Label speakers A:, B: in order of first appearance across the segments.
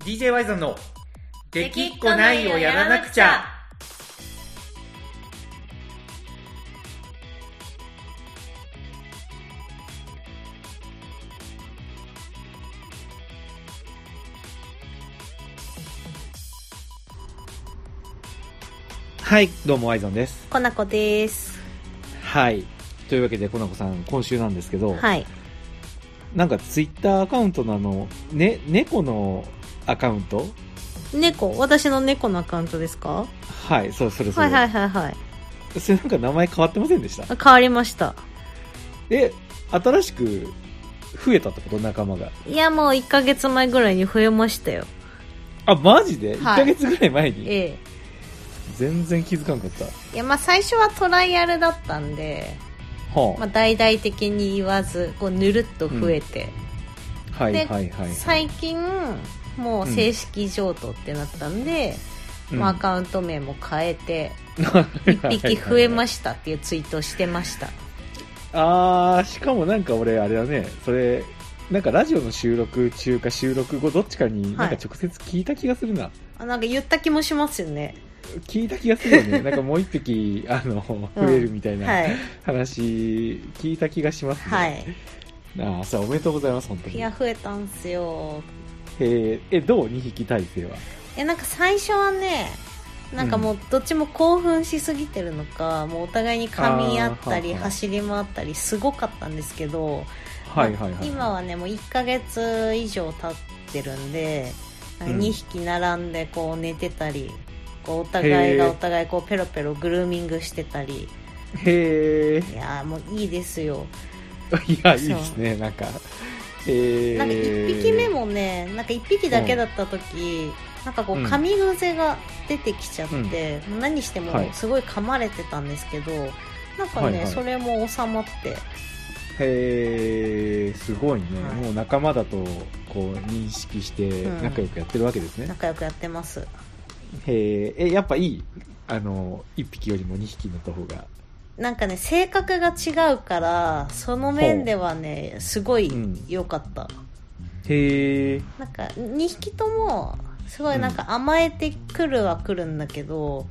A: DJ ワイザンの「できっこないをやらなくちゃ」はいどうもワイザンです
B: コナコです
A: はいというわけでコナコさん今週なんですけど、
B: はい
A: なんかツイッターアカウントのあの、ね、猫のアカウント
B: 猫私の猫のアカウントですか
A: はい、そう、それそ
B: は
A: れ。
B: いはいはいはい
A: それなんか名前変わってませんでした
B: 変わりました
A: え、新しく増えたってこと仲間が。
B: いやもう1ヶ月前ぐらいに増えましたよ
A: あ、マジで、
B: はい
A: ?1 ヶ月ぐらい前に
B: ええ
A: 全然気づかんかった。
B: いやまあ最初はトライアルだったんで、
A: はあ
B: まあ、大々的に言わずこうぬるっと増えて、
A: はいは
B: で
A: いはいはい。
B: 最近もう正式譲渡ってなったんで、
A: うん
B: まあ、アカウント名も変えて1匹増えましたっていうツイートをしてました
A: あー、しかもなんか俺、あれだね、それ、なんかラジオの収録中か収録後どっちかになんか直接聞いた気がするな。
B: あなんか言った気もしますよね
A: 聞いた気がするよ ね。なんかもう一匹、あの、
B: うん
A: 増えるみたいな。
B: はい
A: 話聞いた気がしますね、
B: はい
A: ああそうおめでとうございます本当
B: い
A: に
B: や
A: え
B: 増えたんすよ
A: ーえどう2匹体制は
B: えなんか最初はねなんかもうどっちも興奮しすぎてるのか、もうお互いに噛み合っ
A: あー
B: た
A: は
B: り
A: いはい
B: 走り回ったりすごかったんですけど、
A: はいはいはい
B: 今はねもう1ヶ月以上経ってるんで
A: うん
B: 2匹並んでこう寝てたり、こうお互い
A: へ
B: が
A: ー
B: お互いこうペロペログルーミングしてたり
A: へえ
B: いやーもういいですよ、
A: いやいいですねなんかえー、
B: なんか1匹目もねなんか1匹だけだった時、なんかこう
A: うん
B: 噛み癖が出てきちゃって、何しても
A: はい
B: すごい噛まれてたんですけど、なんかね、
A: はいはい
B: それも収まって
A: へえすごいね、
B: はい
A: もう仲間だとこう認識して
B: うん
A: 仲良くやってるわけですね、
B: 仲良くやってます
A: へーえやっぱいいあの1匹よりも2匹のった方が
B: なんかね性格が違うからその面ではねすごい良かった、
A: へえ
B: なんか2匹ともすごいなんか甘えてくるはくるんだけど、
A: うん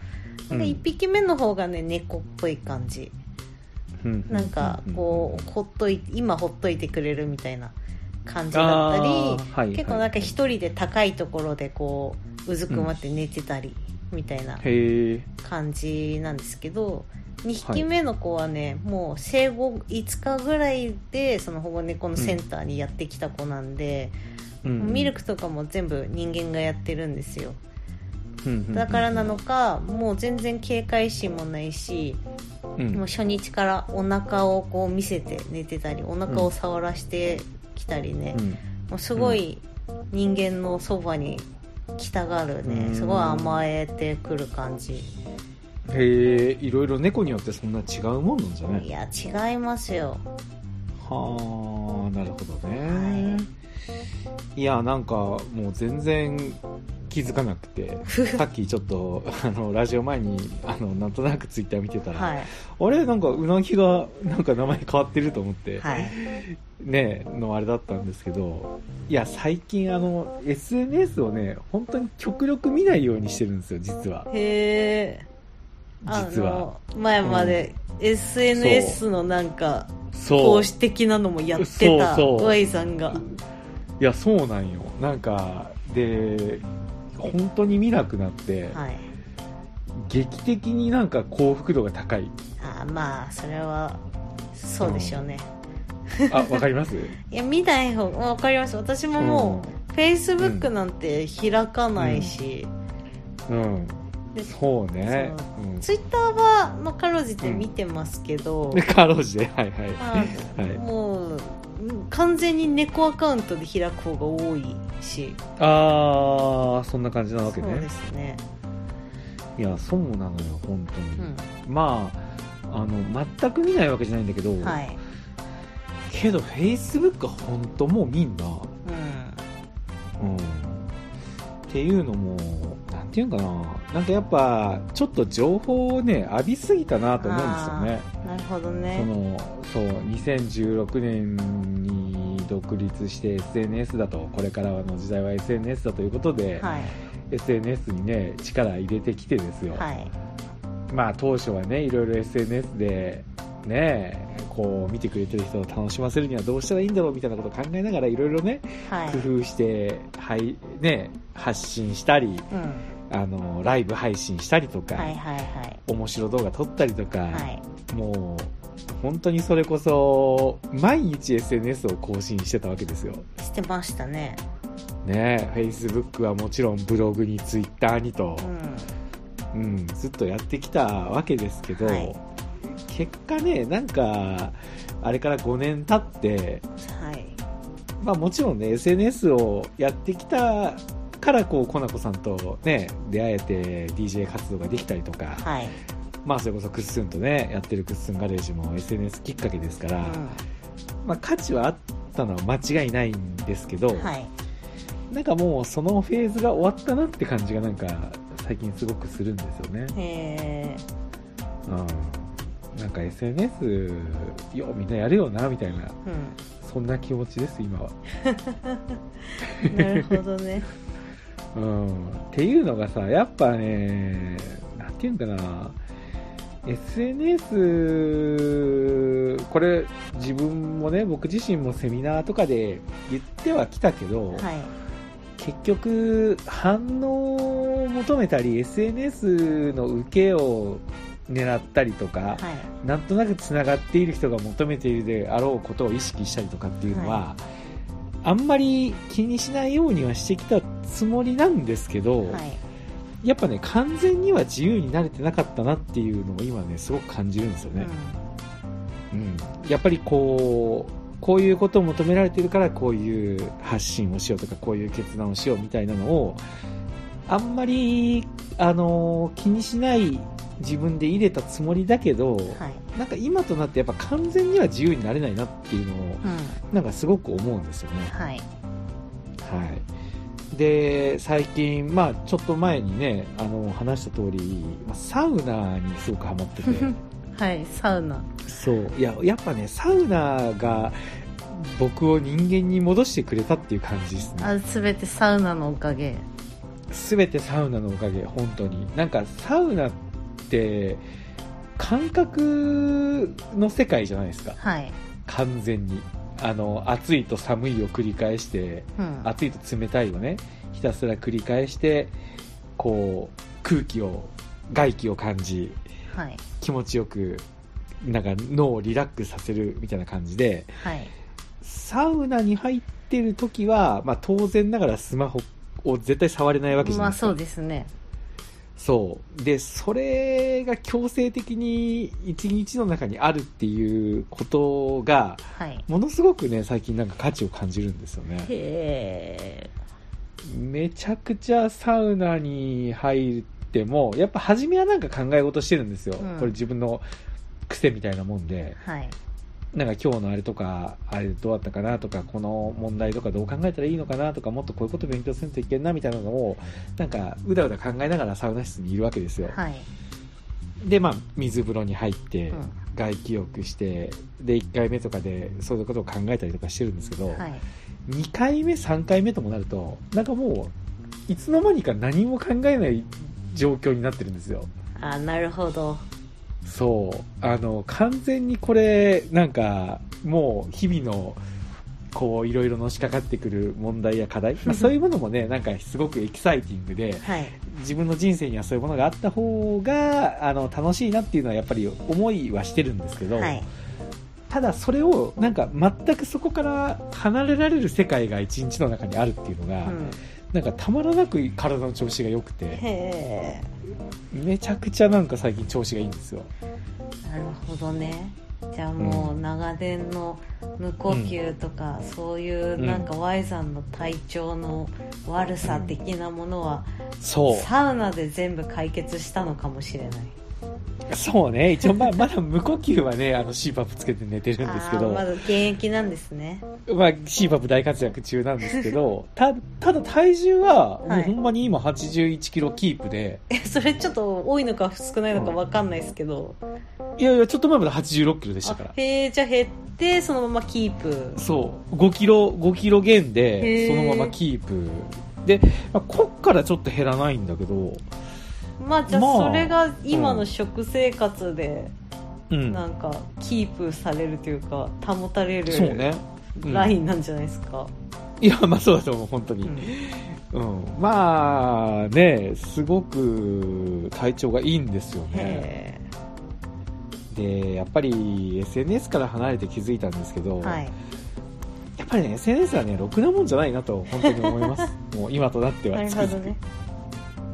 B: なんか1匹目の方がね猫っぽい感じなんかこうほっとい今ほっといてくれるみたいな感じだったり、
A: あーはい
B: 結構なんか一人で高いところでこううずくまって寝てたりみたいな
A: へえ
B: 感じなんですけど2匹目の子はね、もう生後5日ぐらいでその保護猫のセンターにやってきた子なんで、もうミルクとかも全部人間がやってるんですよ
A: ク
B: だからなのかもう全然警戒心もないし
A: うん
B: もう初日からお腹をこう見せて寝てたりお腹を触らしてきたりね、
A: うん
B: もうすごい人間のそばに来たがるね、
A: うん
B: すごい甘えてくる感じ、
A: へえいろいろ猫によってそんな違うもんなんじゃないい
B: や違いますよ
A: はあなるほどね、い、やなんかもう全然気づかなくてさっきちょっと あのラジオ前にあのなんとなくツイッター見てたら、
B: はい
A: あれなんかうなぎがなんか名前変わってると思って、
B: はい
A: ねのあれだったんですけどいや最近あの SNS をね本当に極力見ないようにしてるんですよ実は
B: へえあ
A: 実は
B: の前まで SNS のなんか
A: そ
B: 投
A: う
B: 資的なのもやってた
A: そうそう
B: ワイさんが
A: いやそうなんよなんかで本当に見なくなって、
B: はい
A: 劇的になんか幸福度が高い
B: あまあそれはそうでしょうね、
A: あわかります
B: いや見ない方わかります私ももう、Facebook なんて開かないし、
A: うん、うん
B: で
A: そうね
B: そう
A: うん
B: Twitter は、まあ、かろうじて見てますけど、
A: でかろうじてはいはい
B: あ
A: はい
B: もううん完全に猫アカウントで開く方が多いし
A: あーそんな感じなわけ
B: そうで
A: ね
B: すね、
A: いやそうなのよ本当に、
B: う
A: まああの全く見ないわけじゃないんだけど、
B: ん、はい、
A: けど Facebook は本当もう見んな
B: うん
A: うんっていうのも、なんていうんかな、なんかやっぱ、ちょっと情報をね、浴びすぎたなと思うんですよね。
B: なるほど
A: そ
B: ね
A: のそう2016年にに独立して SNS だとこれからの時代は SNS だということで、
B: はい
A: SNS にね力入れてきてですよ、
B: はい
A: まあ当初はねいろいろ SNS でねこう見てくれてる人を楽しませるにはどうしたらいいんだろうみたいなことを考えながらいろいろね
B: は
A: 工
B: い
A: 夫して、はいね、発信したり
B: うん
A: あのライブ配信したりとか、
B: はいはいはい
A: 面白動画撮ったりとか、
B: はい
A: もう本当にそれこそ毎日 SNS を更新してたわけですよ。
B: してましたね
A: ね Facebook はもちろんブログに Twitter にと
B: う、ん
A: うん、ずっとやってきたわけですけど、
B: はい
A: 結果ねなんかあれから5年経って、
B: はい
A: まあ、もちろんね SNS をやってきたからこうコナコさんと、ね、出会えて DJ 活動ができたりとか、
B: はい
A: まあ、それこそクッスンとねやってるクッスンガレージも SNS きっかけですか
B: う
A: ら、
B: ん
A: まあ、価値はあったのは間違いないんですけど、
B: はい
A: なんかもうそのフェーズが終わったなって感じがなんか最近すごくするんですよね。
B: え
A: うん、なんか SNS よみんなやるよなみたいな
B: ーうん
A: そんな気持ちです今は、
B: なるほどね。
A: うん。っていうのがさやっぱねなんていうんかな SNS これ自分もね僕自身もセミナーとかで言ってはきたけど、
B: はい。
A: 結局反応を求めたり SNS の受けを狙ったりとか、
B: はい。
A: なんとなくつながっている人が求めているであろうことを意識したりとかっていうのは、
B: は
A: あんまり気にしないようにはしてきたつもりなんですけど、
B: はい。
A: やっぱね完全には自由になれてなかったなっていうのを今ねすごく感じるんですよ
B: うん
A: ね、うんやっぱりこうこういうことを求められてるからこういう発信をしようとかこういう決断をしようみたいなのをあんまり、あの気にしない自分で入れたつもりだけど、
B: はい。
A: なんか今となってやっぱ完全には自由になれないなっていうのを
B: うん。
A: なんかすごく思うんですよね。
B: はい。
A: はい、で最近、まあ、ちょっと前にねあの話した通りまあサウナにすごくハマってて
B: はい。サウナ。
A: そういややっぱねサウナが僕を人間に戻してくれたっていう感じですね
B: あ、すべてサウナのおかげ。
A: 全てサウナのおかげ本当になんかサウナって感覚の世界じゃないですか
B: はい。
A: 完全にあの暑いと寒いを繰り返して
B: うん。
A: 暑いと冷たいをねひたすら繰り返してこう空気を外気を感じ
B: はい。
A: 気持ちよくなんか脳をリラックスさせるみたいな感じで
B: はい。
A: サウナに入ってる時は、まあ、当然ながらスマホを絶対触れないわけじゃ
B: ま
A: ない
B: あ、
A: ですか、
B: そうですね。
A: そうでそれが強制的に一日の中にあるっていうことが
B: はい。
A: ものすごくね最近なんか価値を感じるんですよね
B: へ
A: めちゃくちゃサウナに入ってもやっぱ初めはなんか考え事してるんですよ、
B: うん
A: これ自分の癖みたいなもんで
B: ーはい。
A: なんか今日のあれとかあれどうだったかなとかこの問題とかどう考えたらいいのかなとかもっとこういうこと勉強せんといけんなみたいなのをなんかうだうだ考えながらサウナ室にいるわけですよ、
B: はい。
A: でまあ水風呂に入って、
B: うん
A: 外気浴してで1回目とかでそういうことを考えたりとかしてるんですけど、
B: はい。
A: 2回目、3回目ともなると、なんかもう、いつの間にか何も考えない状況になってるんですよ。
B: あ、なるほど。
A: そう。あの、完全にこれ、なんか、もう、日々の、こう、いろいろのしかかってくる問題や課 題、まあ、そういうものもね、なんか、すごくエキサイティングで、
B: はい。
A: 自分の人生にはそういうものがあった方が、あの、楽しいなっていうのは、やっぱり思いはしてるんですけど、
B: はい。
A: ただそれを、なんか、全くそこから離れられる世界が一日の中にあるっていうのが、
B: うん。
A: なんかたまらなく体の調子が良くて、
B: へ
A: めちゃくちゃなんか最近調子がいいんですよ。
B: ーなるほどね。じゃあもう長年の無呼吸とか、そういうなんか Y さんの体調の悪さ的なものは、
A: そ
B: サウナで全部解決したのかもしれない。
A: う。そうね。一応まあまだ無呼吸はね、あの CPAP つけて寝てるんですけ
B: あ
A: ど
B: ー、まだ現役なんですね。
A: まあ、シーパップ大活躍中なんですけど、た、ただ体重は、も
B: は
A: う
B: い
A: ほんまに今81キロキープで、
B: えそれちょっと多いのか少ないのかわかんないですけど、
A: い、やいや、ちょっと前まで86キロでしたか
B: あ
A: ら。
B: へえじゃあ減ってそのままキープ
A: そう、5キロ、5キロ減
B: へー
A: で、そのままキープ。で、まあ、こっからちょっと減らないんだけど、
B: まあじゃあ
A: まあ
B: それが今の食生活で
A: うん。
B: なんかキープされるというか保たれ
A: そう
B: る
A: ね。うん
B: ラインなんじゃないですか、
A: いや、まあそうだと思う、本当
B: う
A: に。
B: ん
A: うん、まあね、すごく体調がいいんですよね。
B: へ
A: で、やっぱり SNS から離れて気づいたんですけど、
B: えはい
A: やっぱりね、SNS はね、ろくなもんじゃないなと本当に思い ます。もう今となっては
B: なる
A: つく
B: ほ
A: づく
B: どね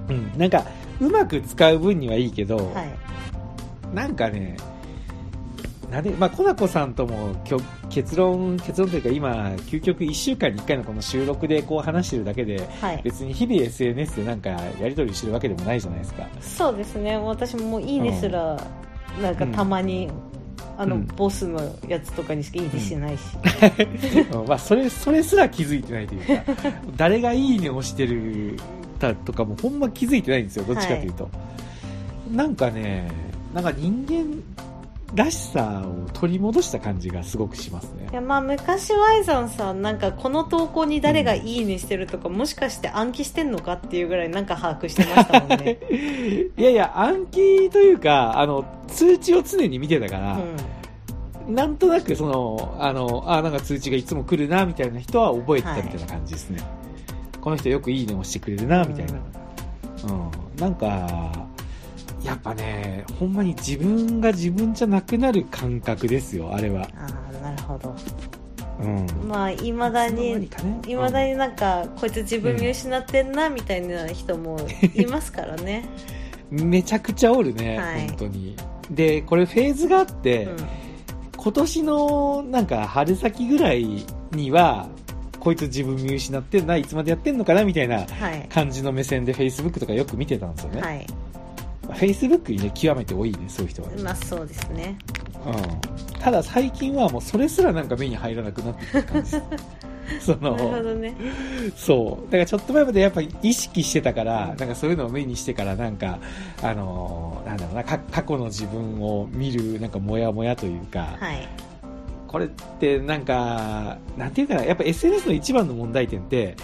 A: うん、なんか、うまく使う分にはいいけど、
B: はい
A: なんかね、なんで、まあ、コナコさんともきょ結論、結論というか今、究極1週間に1回のこの収録でこう話してるだけで、
B: はい
A: 別に日々 SNS でなんかやり取りしてるわけでもないじゃないですか。
B: そうですね私ももう「いいね」すらなんかたまに、あの
A: うん
B: ボスのやつとかにしか「いいね」しないし、
A: うんまあ、それそれすら気づいてないと いうか誰が「いいね」をしてるたとかもほんま気づいてないんですよどっちかというと、なんかねなんか人間らしさを取り戻した感じがすごくしますね
B: いやまあ昔 Y さんさなんかこの投稿に誰が「いいね」してるとか、もしかして暗記してんのかっていうぐらいなんか把握してましたもんね、
A: いやいや暗記というかあの通知を常に見てたから、
B: う
A: なんとなくそのあのあなんか通知がいつも来るなみたいな人は覚えてたみたいな感じですね、この人よく「いいね」をしてくれるなみたいな、うん、なんか、やっぱね、ほんまに自分が自分じゃなくなる感覚ですよ、あれは。
B: ん、ああなるほど
A: うん。
B: まあいまだ
A: い
B: に
A: つの間にかね
B: いまだになんかこいつ自分見失ってんなみたいな人もいますからね、
A: うんめちゃくちゃおるね、
B: はい
A: 本当に。で、これフェーズがあって、
B: うん、
A: 今年のなんか春先ぐらいには、こいつ自分見失ってんな、いつまでやってんのかな、みたいな
B: はい
A: 感じの目線で Facebook とかよく見てたんですよね。
B: はい
A: Facebook にね、極めて多いね、そういう人はね。
B: まあそうですね
A: うんただ最近はもうそれすらなんか目に入らなくなってきた 感じですそ
B: なるほ
A: の
B: どね
A: そうだからちょっと前までやっぱり意識してたから、
B: うん
A: なんかそういうのを目にしてからなんかあのーなんだろうなか過去の自分を見るなんかモヤモヤというか、
B: はい
A: これってなんかなんていうかなやっぱ SNS の一番の問題点って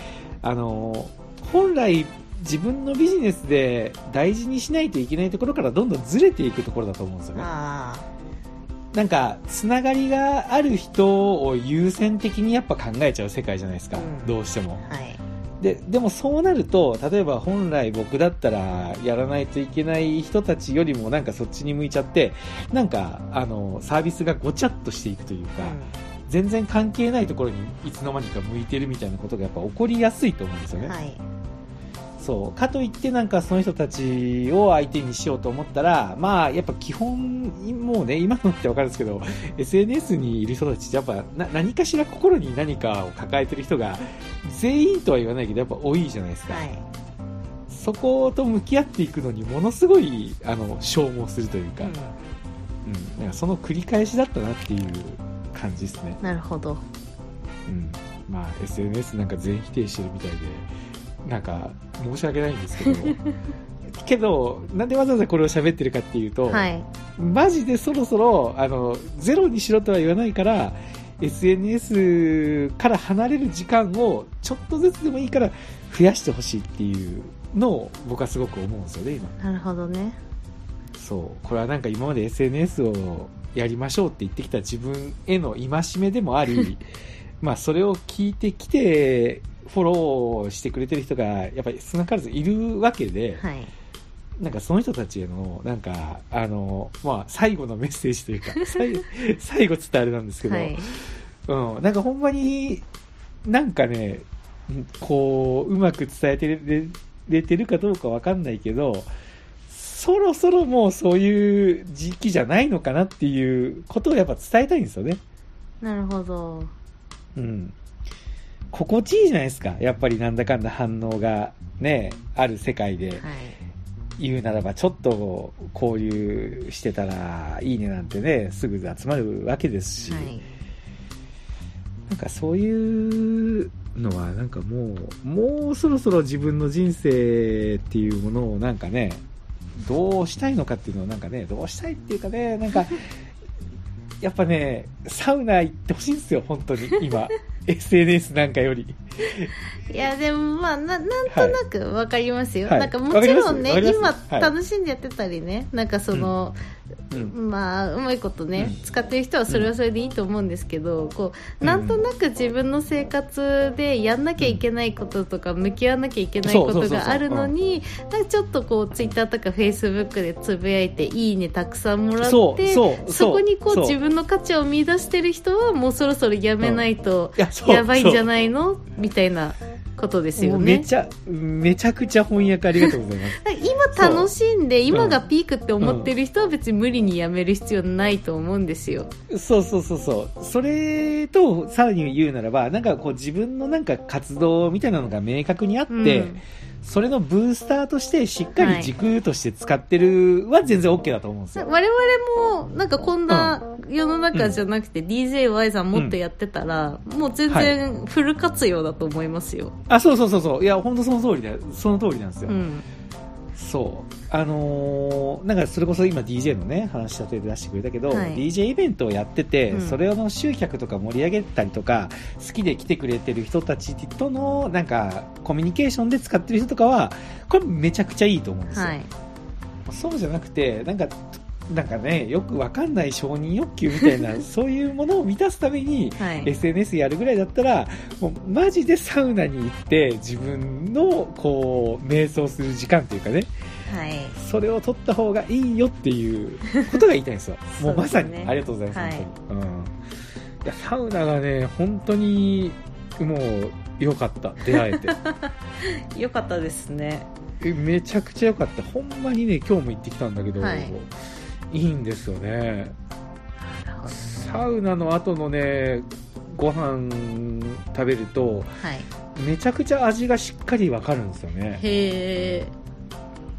A: あのー本来自分のビジネスで大事にしないといけないところからどんどんずれていくところだと思うんですよね。
B: あ
A: なんか、つながりがある人を優先的にやっぱ考えちゃう世界じゃないですか。
B: うん
A: どうしても
B: あ。はい
A: で、でもそうなると、例えば本来僕だったらやらないといけない人たちよりもなんかそっちに向いちゃって、なんか、あの、サービスがごちゃっとしていくというか、全然関係ないところにいつの間にか向いてるみたいなことがやっぱ起こりやすいと思うんですよ
B: う
A: ね。
B: ん、はい
A: そうかといってなんかその人たちを相手にしようと思ったらまあやっぱ基本もうね今のってわかるんですけど SNS にいる人たちってやっぱな何かしら心に何かを抱えてる人が全員とは言わないけどやっぱ多いじゃないですか、
B: はい
A: そこと向き合っていくのにものすごいあの消耗するというか,、
B: う
A: うん
B: ん、
A: なんかその繰り返しだったなっていう感じですね、
B: なるほど
A: うん、まあ SNS なんか全否定してるみたいでなんか申し訳ないんですけど けどなんでわざわざこれを喋ってるかっていうと、
B: はい
A: マジでそろそろあのゼロにしろとは言わないから SNS から離れる時間をちょっとずつでもいいから増やしてほしいっていうのを僕はすごく思うんですよね今
B: なるほどね
A: そうこれはなんか今まで SNS をやりましょうって言ってきた自分への戒めでもあ りまあそれを聞いてきてフォローしてくれてる人がやっぱり少なからずいるわけで、
B: はい
A: なんかその人たちへのなんかあの、まあ、最後のメッセージというか最 最後っつったらあれなんですけど、
B: はい
A: うん、なんかほんまになんかねこううまく伝えてれれてるかどうかわかんないけどそろそろもうそういう時期じゃないのかなっていうことをやっぱ伝えたいんですよね。
B: なるほど
A: うん心地いいじゃないですか。やっぱりなんだかんだ反応がね、ある世界で。
B: はい
A: 言うならば、ちょっと交流してたら、いいねなんてね、すぐ集まるわけですし、
B: はい
A: なんかそういうのはなんかもうもうそろそろ自分の人生っていうものをなんかねどうしたいのかっていうのをなんかねどうしたいっていうかねなんかやっぱねサウナ行ってほしいんですよ本当に 今 SNS なんかより
B: いやでもまあななんとなくわかりますよ、
A: はい
B: なんかもちろん
A: わかり
B: ね
A: ま
B: 今
A: すはい
B: 楽しんでやってたりね、なんかその、
A: うん
B: まあうまいことね、
A: うん
B: 使ってる人はそれはそれでいいと思うんですけどこ
A: う
B: うんなんとなく自分の生活でやんなきゃいけないこととか向き合わなきゃいけないこ
A: そうそ
B: と
A: うそうそう
B: があるのになんかちょっとこうツイッターとかフェイスブックでつぶやいて「いいね」たくさんもらって
A: そうそうそう
B: そこにこう
A: そう
B: 自分の価値を見出してる人はもうそろそろやめないと
A: いやそう
B: やばいんじゃ
A: い
B: ないのみたいなことですよ
A: め
B: ね。
A: ちゃめちゃくちゃ翻訳ありがとうございます
B: 今楽しんで今がピークって思
A: うん
B: ってる人は別に無理にやめる必要ないと思うんですよ。
A: そうそうそうそう。それと、さらに言うならば、なんかこう自分のなんか活動みたいなのが明確にあって、
B: うん
A: それのブースターとしてしっか
B: は
A: り
B: い
A: 軸として使ってるは全然 OK だと思うんです
B: 我
A: よ。
B: 々もなんかこんな世の中じゃなくて DJY さんもっとやってたらもう全然フル活用だと思いますよ。
A: あ、そうそうそうそう。いや、本当その通りだよ。その通りなんですよ。
B: うん
A: そう。あのーなんかそれこそ今 DJ のね、話立てて出してくれたけど、
B: はい
A: DJ イベントをやってて、
B: うん
A: それをの集客とか盛り上げたりとか、好きで来てくれてる人たちとの、なんか、コミュニケーションで使ってる人とかは、これめちゃくちゃいいと思うんですよ。
B: はい、
A: そうじゃなくて、なんか、なんかね、よくわかんない承認欲求みたい な、そういうものを満たすために、
B: はい、
A: SNS やるぐらいだったら、もうマジでサウナに行って、自分の、こう、瞑想する時間っていうかね、
B: はい
A: それを取った方がいいよっていうことが言いたいんですよ。もうまさに、
B: そうですね
A: ありがとうございます、
B: はい
A: 本当に。うん。いや、サウナがね、本当に、もう、良かった。出会え て。
B: よかったですね。
A: えめちゃくちゃ良かった。ほんまにね、今日も行ってきたんだけど、
B: はいい、
A: いんですよね。サウナの後のね、ご飯食べると、
B: はい、
A: めちゃくちゃ味がしっかりわかるんですよね。
B: へえ、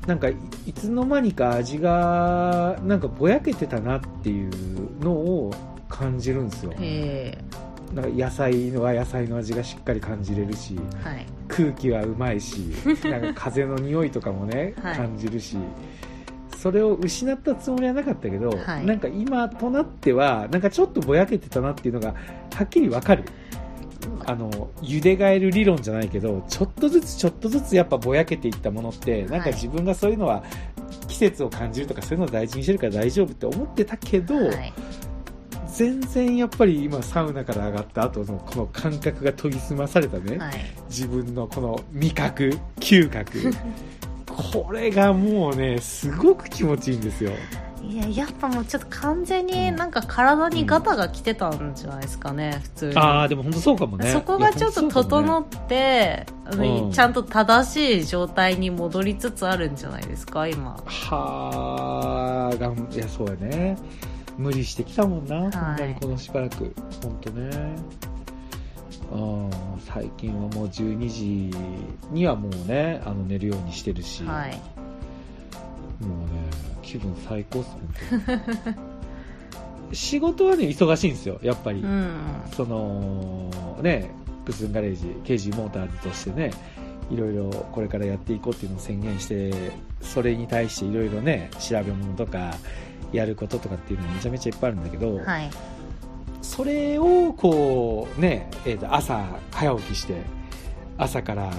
A: なんかいいつの間にか味がなんかぼやけてたなっていうのを感じるんですよ
B: へえ、
A: なんか野菜は野菜の味がしっかり感じれるし
B: はい、
A: 空気はうまい しなんか風の匂いとかもね、
B: はい
A: 感じるしそれを失ったつもりはなかったけど、
B: はい
A: なんか今となってはなんかちょっとぼやけてたなっていうのがはっきりわかるあの茹でガエル理論じゃないけどちょっとずつちょっとずつやっぱぼやけていったものってなんか
B: はい
A: 自分がそういうのは季節を感じるとかそういうのを大事にしてるから大丈夫って思ってたけど、
B: はい、
A: 全然やっぱり今サウナから上がった後のこの感覚が研ぎ澄まされたね、
B: はい。
A: 自分のこの味覚嗅覚これがもうねすごく気持ちいいんですよ
B: いややっぱもうちょっと完全になんか体にガタが来てたんじゃないですかね普通に、
A: ああでも本当そうかもね
B: そこがちょっと整
A: っ
B: って、あの
A: うん
B: ちゃんと正しい状態に戻りつつあるんじゃないですか今
A: はあがんいやそうやね無理してきたもんな、
B: い
A: ほんまにこのしばらく本当ねうん最近はもう12時にはもうねあの寝るようにしてるし、
B: はい
A: もうね、気分最高っす、本 当に仕事はね、忙しいんですよ、やっぱり。
B: うん
A: その、ね、クスンガレージ、KG モーターズとしてね、いろいろこれからやっていこうっていうのを宣言して、それに対していろいろね、調べ物とか、やることとかっていうのめちゃめちゃいっぱいあるんだけど、
B: はい
A: それをこうね、えーと朝早起きして、朝から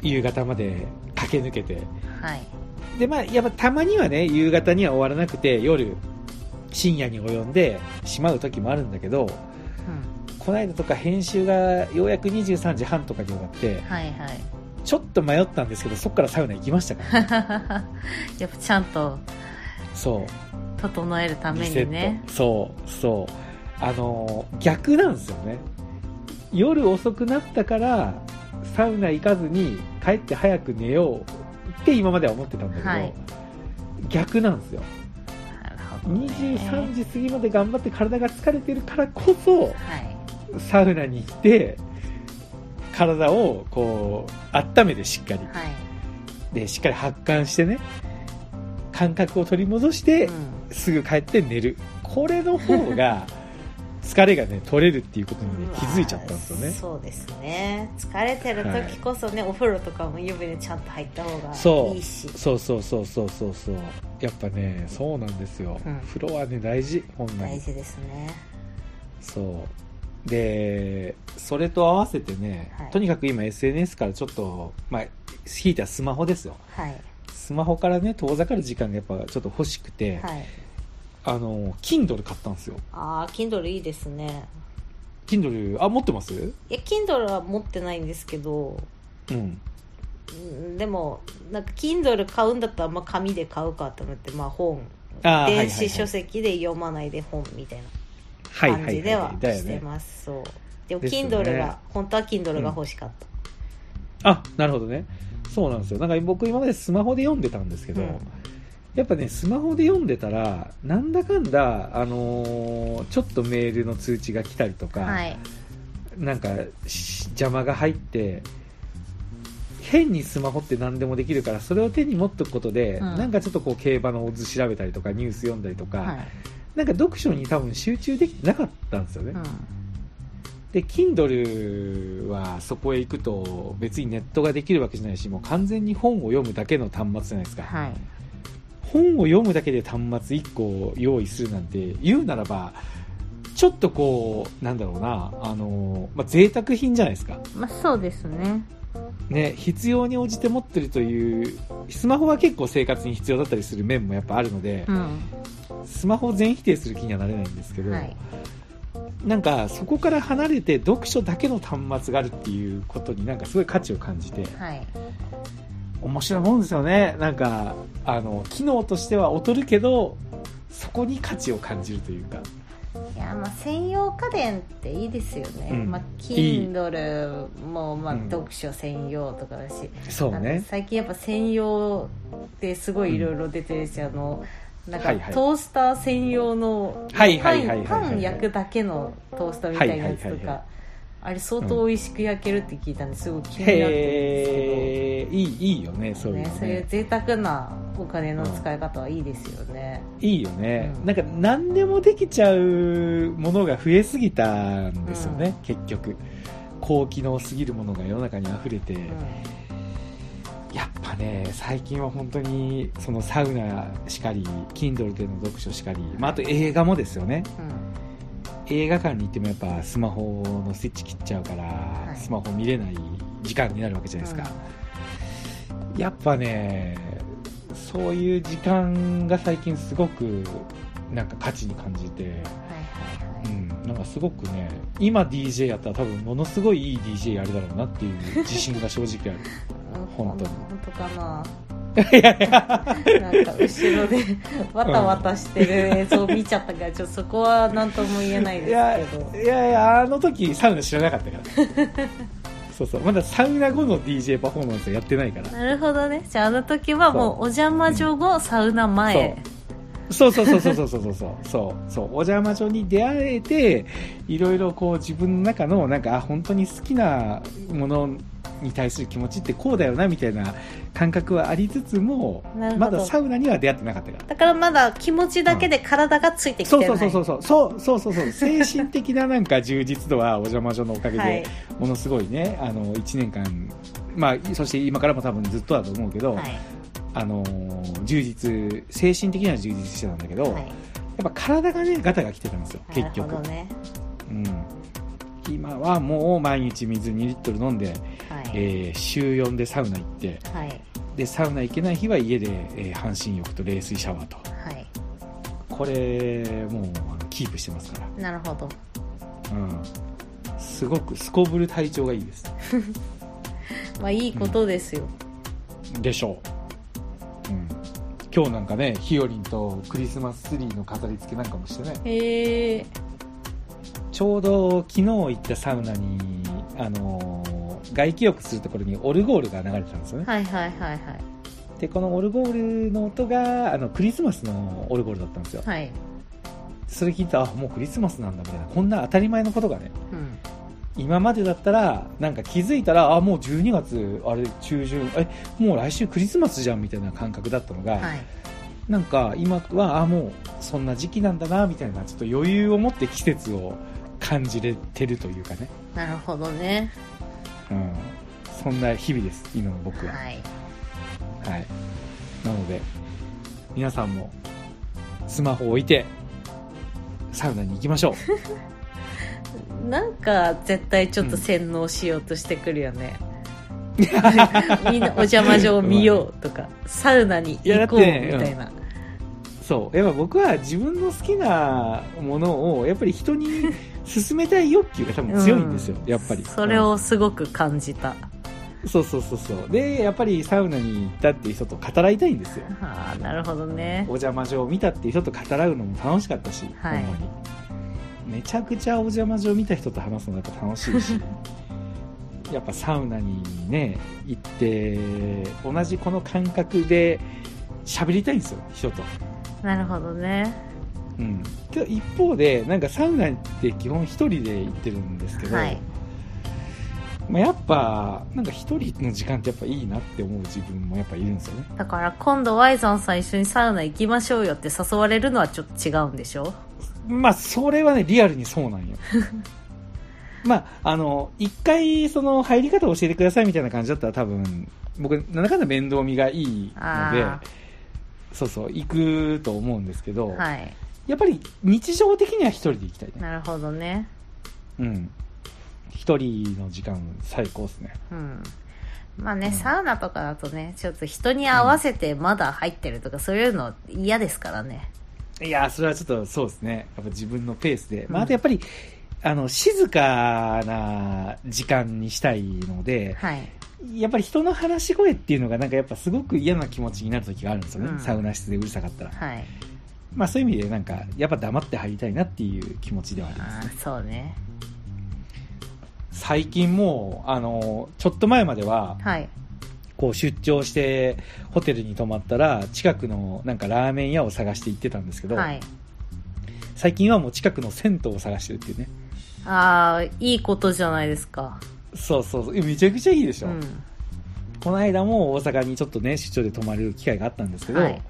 A: 夕方まで駆け抜けて、
B: はい
A: でまあ、やっぱたまにはね夕方には終わらなくて夜深夜に及んでしまう時もあるんだけど
B: うん
A: この間とか編集がようやく23時半とかに終わって
B: はいはい
A: ちょっと迷ったんですけどそこからサウナ行きましたから、ね、
B: やっぱちゃんと
A: そう
B: 整えるため
A: リセ
B: に
A: ッ
B: ね
A: トそうそうあのー逆なんですよね夜遅くなったからサウナ行かずに帰って早く寝ようって今までは思ってたんだけど、
B: はい
A: 逆なんですよ
B: なるほどね
A: 23時過ぎまで頑張って体が疲れてるからこそ
B: はい
A: サウナに行って体をこう温めてしっかり
B: はい
A: でしっかり発汗してね感覚を取り戻して
B: うん
A: すぐ帰って寝るこれの方が疲れがね取れるっていうことにね気づいちゃったんですよ
B: うわ
A: ね
B: ーそうですね疲れてる時こそね、お風呂とかも湯船ちゃんと入った方
A: そ
B: が
A: う
B: いいし
A: そうそうそうそうそうそうやっぱねそうなんですよ、
B: うん
A: 風呂はね大事ほんま
B: 大
A: に
B: 事ですね
A: そうでそれと合わせてね、
B: はい
A: とにかく今 SNS からちょっとまあひいたスマホですよ
B: はい
A: スマホからね遠ざかる時間がやっぱちょっと欲しくて、
B: はい
A: あの Kindle 買ったんですよ
B: ああ Kindle いいですね
A: Kindle あ持ってます
B: いや Kindle は持ってないんですけど
A: うん
B: うんでもなんか Kindle 買うんだったらまあ紙で買うかと思ってまあ本
A: あーはいはいはい
B: 電子書籍で読まないで本みたいな
A: はいはい
B: 感
A: はい
B: じでは
A: だよ
B: して
A: ね
B: ます、そう
A: です
B: で
A: よ
B: も
A: ね
B: Kindle が、本当は Kindle が欲しかっ
A: あなるほどねそうなんですよなんか僕今までスマホで読んでたんですけど、
B: うん
A: やっぱねスマホで読んでたらなんだかんだ、あのーちょっとメールの通知が来たりとか、
B: た、はい
A: なんかし邪魔が入って変にスマホって何でもできるからそれを手に持っておくことで、
B: うん
A: なんかちょっとこう競馬のオッズ調べたりとかニュース読んだりとか、
B: はい、
A: なんか読書に多分集中できてなかったんですよね、
B: うん、
A: で Kindle はそこへ行くと別にネットができるわけじゃないしもう完全に本を読むだけの端末じゃないですか、
B: はい
A: 本を読むだけで端末1個を用意するなんて言うならばちょっとこうなんだろうなあの、まあ、贅沢品じゃないですか、
B: まあそうですね
A: ね、必要に応じて持ってるというスマホは結構生活に必要だったりする面もやっぱあるので、
B: うん
A: スマホを全否定する気にはなれないんですけど、
B: はい
A: なんかそこから離れて読書だけの端末があるっていうことになんかすごい価値を感じて
B: はい
A: 面白いもんですよねなんかあの機能としては劣るけどそこに価値を感じるというか
B: いやまあ専用家電っていいですよね、
A: うん
B: まあ、
A: いい
B: Kindle もまあ
A: うん
B: 読書専用とかだし、
A: そ
B: あの最近やっぱ専用ってすごいいろいろ出てるし、あのなんか
A: はいはい
B: トースター専用のパ
A: はいはいはいはい
B: ンパン焼くだけのトースターみたいなやつ
A: はい
B: と
A: はいはいは
B: か
A: い
B: あれ相当美味しく焼けるって聞いたんですごい気になって
A: へえいいいいよね
B: るんですけ
A: そ
B: ど、
A: ういう
B: ね
A: の
B: そういう
A: ね
B: 贅沢なお金の使い方はいいですよね、
A: いいよね、
B: うん
A: なんか何でもできちゃうものが増えすぎたんですよね、
B: うん
A: 結局高機能すぎるものが世の中に溢れて、
B: う
A: やっぱね最近は本当にそのサウナしかり Kindle での読書しかり、まあ、あと映画もですよね
B: んうん
A: 映画館に行ってもやっぱスマホのスイッチ切っちゃうから、
B: い
A: スマホ見れない時間になるわけじゃないですか、やっぱねそういう時間が最近すごくなんか価値に感じて、
B: はいはいはい
A: うん、なんかすごくね今 DJ やったら多分ものすごいいい DJ やるだろうなっていう自信が正直ある本当に
B: 本当かない
A: やいや
B: なんか後ろでわたわたしてる映像を見ちゃったからちょっとそこは何とも言えない
A: いや
B: ですけど
A: いやいやあの時サウナ知らなかったから そうそうまだサウナ後の DJ パフォーマンスやってないから
B: なるほどねじゃああの時はもうお邪魔女後サウナ前
A: そうそうそうそうそうそうそうそうそうそうお邪魔女に出会えていろいろこう自分の中のなんかあ本当に好きなものに対する気持ちってこうだよなみたいな感覚はありつつも
B: なるほ
A: ま
B: ど
A: だサウナには出会ってなかったから
B: だからまだ気持ちだけで体がついてきて
A: そう
B: ない、
A: そうそうそうそうそうそうそうそう精神的ななんか充実度はお邪魔女のおかげで、
B: はい
A: ものすごいねあの1年間まあそして今からも多分ずっとだと思うけど、
B: はい
A: あの充実精神的には充実してたんだけど、
B: はい
A: やっぱ体がねガタが来てたんですよ
B: な
A: 結
B: るほ
A: 局、
B: どね
A: うん、今はもう毎日水2リットル飲んで、
B: はい、
A: えー週4でサウナ行って
B: はい
A: でサウナ行けない日は家で、えー半身浴と冷水シャワーと
B: はい
A: これもうあのキープしてますから、
B: なるほど
A: うん、すごくすこぶる体調がいいです
B: まあいいことですよ、
A: でしょう、うん、今日なんかねひよりんとクリスマスツリーの飾り付けなんかもしてね
B: へえ
A: ちょうど昨日行ったサウナに、あのー外気浴するところにオルゴールが流れてたんですよね。
B: はいはいはいはい
A: で、このオルゴールの音が、あの、クリスマスのオルゴールだったんですよ。
B: はい
A: それ聞いたら、あもうクリスマスなんだみたいな、こんな当たり前のことがね、
B: うん
A: 今までだったら、なんか気づいたら、あ、もう12月、あれ、中旬、え、もう来週クリスマスじゃんみたいな感覚だったのが、
B: はい
A: なんか今は、あ、もうそんな時期なんだな、みたいな、ちょっと余裕を持って季節を感じれてるというかね、
B: なるほどね
A: うん、そんな日々です今の僕は、
B: はい
A: はい、なので皆さんもスマホを置いてサウナに行きましょう
B: なんか絶対ちょっと洗脳しようとしてくる よね、みんなお邪魔状見ようとかサウナに行こう
A: い
B: み
A: やだって
B: たいな
A: そうやっぱ僕は自分の好きなものをやっぱり人に勧めたい欲求が多分強いんですよ、
B: う
A: やっぱり
B: それをすごく感じた、
A: うんそうそうそうそうでやっぱりサウナに行ったっていう人と語らいたいんですよ
B: ああなるほどね
A: お邪魔状を見たっていう人と語らうのも楽しかったし、
B: はい
A: ほんまにめちゃくちゃお邪魔状見た人と話すのやっぱ楽しい しやっぱサウナにね行って同じこの感覚で喋りたいんですよ人と、
B: なるほどね
A: うん、けど一方でなんかサウナって基本一人で行ってるんですけど、
B: はい
A: まあ、やっぱなんか一人の時間ってやっぱいいなって思う自分もやっぱいるんですよね
B: だから今度ワイザンさん一緒にサウナ行きましょうよって誘われるのはちょっと違うんでしょ
A: まあ、それはね、リアルにそうなん よ。まあ、あの、一回、その、入り方を教えてくださいみたいな感じだったら多分、僕、なんだかんだ面倒見がいいので
B: あ、
A: そうそう、行くと思うんですけど、
B: あはい
A: やっぱり日常的には一人で行きたいね。
B: なるほどね
A: うん。一人の時間最高ですね。
B: うんまあね、
A: うん
B: サウナとかだとねちょっと人に合わせてまだ入ってるとか、そういうの嫌ですからね
A: いやー、それはちょっとそうですね。やっぱ自分のペースで。
B: う
A: ま
B: ん
A: あ、あとやっぱり、あの、静かな時間にしたいので、
B: はい
A: やっぱり人の話し声っていうのがなんかやっぱすごく嫌な気持ちになる時があるんですよね、
B: うん
A: サウナ室でうるさかったら、
B: はい
A: まあそういう意味でなんかやっぱ黙って入りたいなっていう気持ちではありま
B: あ
A: す
B: あそうね
A: 最近もうあのちょっと前までは
B: はい
A: こう出張してホテルに泊まったら近くのなんかラーメン屋を探して行ってたんですけど、
B: はい
A: 最近はもう近くの銭湯を探してるっていうね
B: ああいいことじゃないですか
A: そうそうそうえめちゃくちゃいいでし
B: う
A: ょ、
B: ん
A: この間も大阪にちょっとね出張で泊まる機会があったんですけど、
B: はい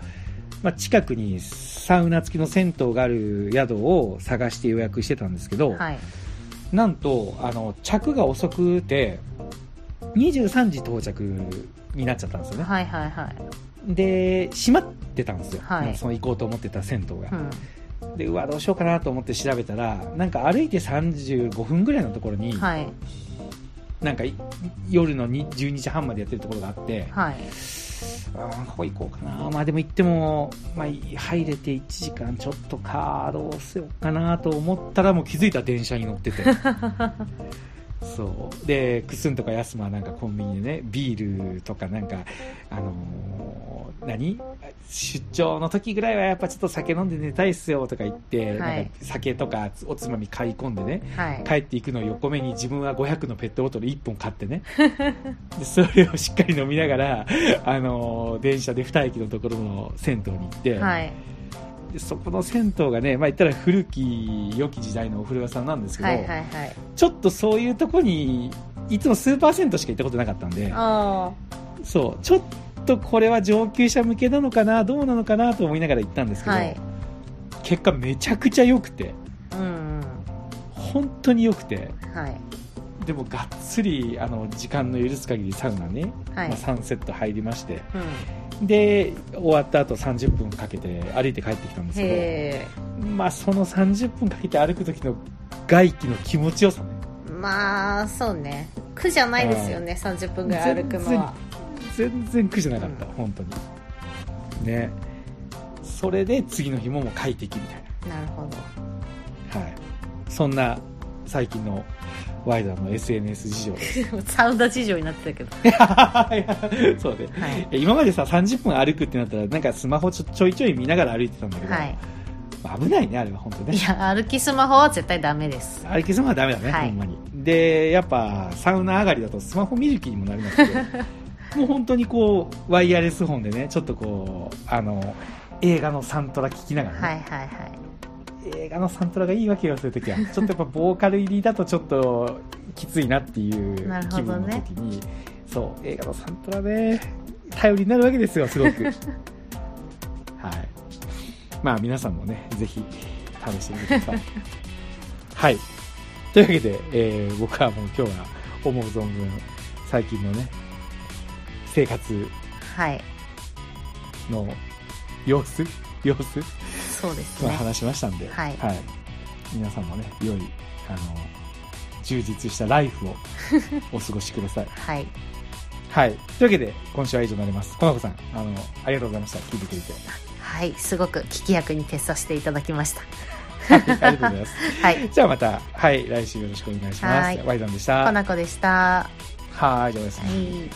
A: まあ、近くにサウナ付きの銭湯がある宿を探して予約してたんですけど、
B: はい
A: なんとあの着が遅くて23時到着になっちゃったんですよね、
B: はいはいはい
A: で閉まってたんですよ、
B: はい
A: なんかその行こうと思ってた銭湯
B: う
A: が、
B: ん
A: でうわどうしようかなと思って調べたらなんか歩いて35分ぐらいのところに、
B: はい
A: なんかい夜のに12時半までやってるところがあって、
B: は
A: あ
B: い
A: ーここ行こうかな、まあ、でも行っても、まあ、入れて1時間ちょっとか、どうしようかなと思ったら、もう気づいたら電車に乗って て、そうでクスンとかヤスマはなんかコンビニでね、ビールとか、なんか、あのー何出張の時ぐらいはやっぱちょっと酒飲んで寝たいっすよとか言って、
B: はい
A: なんか酒とかおつまみ買い込んでね、
B: はい
A: 帰っていくのを横目に自分は500のペットボトル1本買ってね でそれをしっかり飲みながら、あのー電車で2駅のところの銭湯に行って、
B: はい
A: でそこの銭湯がね、まあ、言ったら古き良き時代のお風呂屋さんなんですけど、
B: はいはいはい
A: ちょっとそういうとこにいつも数パーセントしか行ったことなかったんで
B: あ
A: そうちょっとこれは上級者向けなのかなどうなのかなと思いながら行ったんですけど、
B: はい
A: 結果めちゃくちゃ良くて
B: あうんうん
A: 本当に良くて。
B: はい
A: でもがっつりあの時間の許す限りサウナね、
B: はい
A: まあ、3セット入りまして
B: うん
A: で終わった後30分かけて歩いて帰ってきたんですけ
B: へえ
A: ど、まあ、その30分かけて歩く時の外気の気持ちよさね
B: まあそうね苦じゃないですよね30分ぐらい歩くのは
A: 全然苦じゃなかった、
B: う
A: 本当にねそれで次の日ももう快適みたい
B: なるほど
A: な、はい、そんな最近のワイダーの SNS 事 情です
B: サウナ事情になって たけど
A: いやそうね
B: はい
A: え今までさ30分歩くってなったらなんかスマホちょちょいちょい見ながら歩いてたんだけど、
B: はい
A: 危ないねあれは本当ね
B: いや歩きスマホは絶対ダメです
A: 歩きスマホはダメだね、
B: はい
A: ほんまにでやっぱサウナ上がりだとスマホ見る気にもなります けどもう本当にこうワイヤレス本でねちょっとこうあの映画のサントラ聞きながら、ね
B: はいはいはい
A: 映画のサントラがいいわけよそういう時 はちょっとやっぱボーカル入りだとちょっときついなっていう
B: なるほ
A: 気
B: ど
A: 分の
B: ね
A: 時に、そう映画のサントラで頼りになるわけですよすご くはい まあ皆さんもねぜひ試してみてくださいはいというわけで、えー僕はもう今日は思う存分最近のね生活
B: はい
A: の様子様子
B: そうです
A: まあ
B: ね
A: 話しましたんで、
B: はい
A: 皆さんもね良いあの充実したライフ をお過ごしください、
B: はい
A: はい、というわけで今週は以上になりますこの子さんあのありがとうございました聞いてくれて、
B: はいすごく聞き役に徹させていただきました
A: はい、ありがとうござい ます
B: はい
A: じゃあまたはい来週よろしくお願いしま
B: は
A: す
B: い
A: ワイダンでした
B: かなこでしたは
A: はいじゃあおやすみ
B: い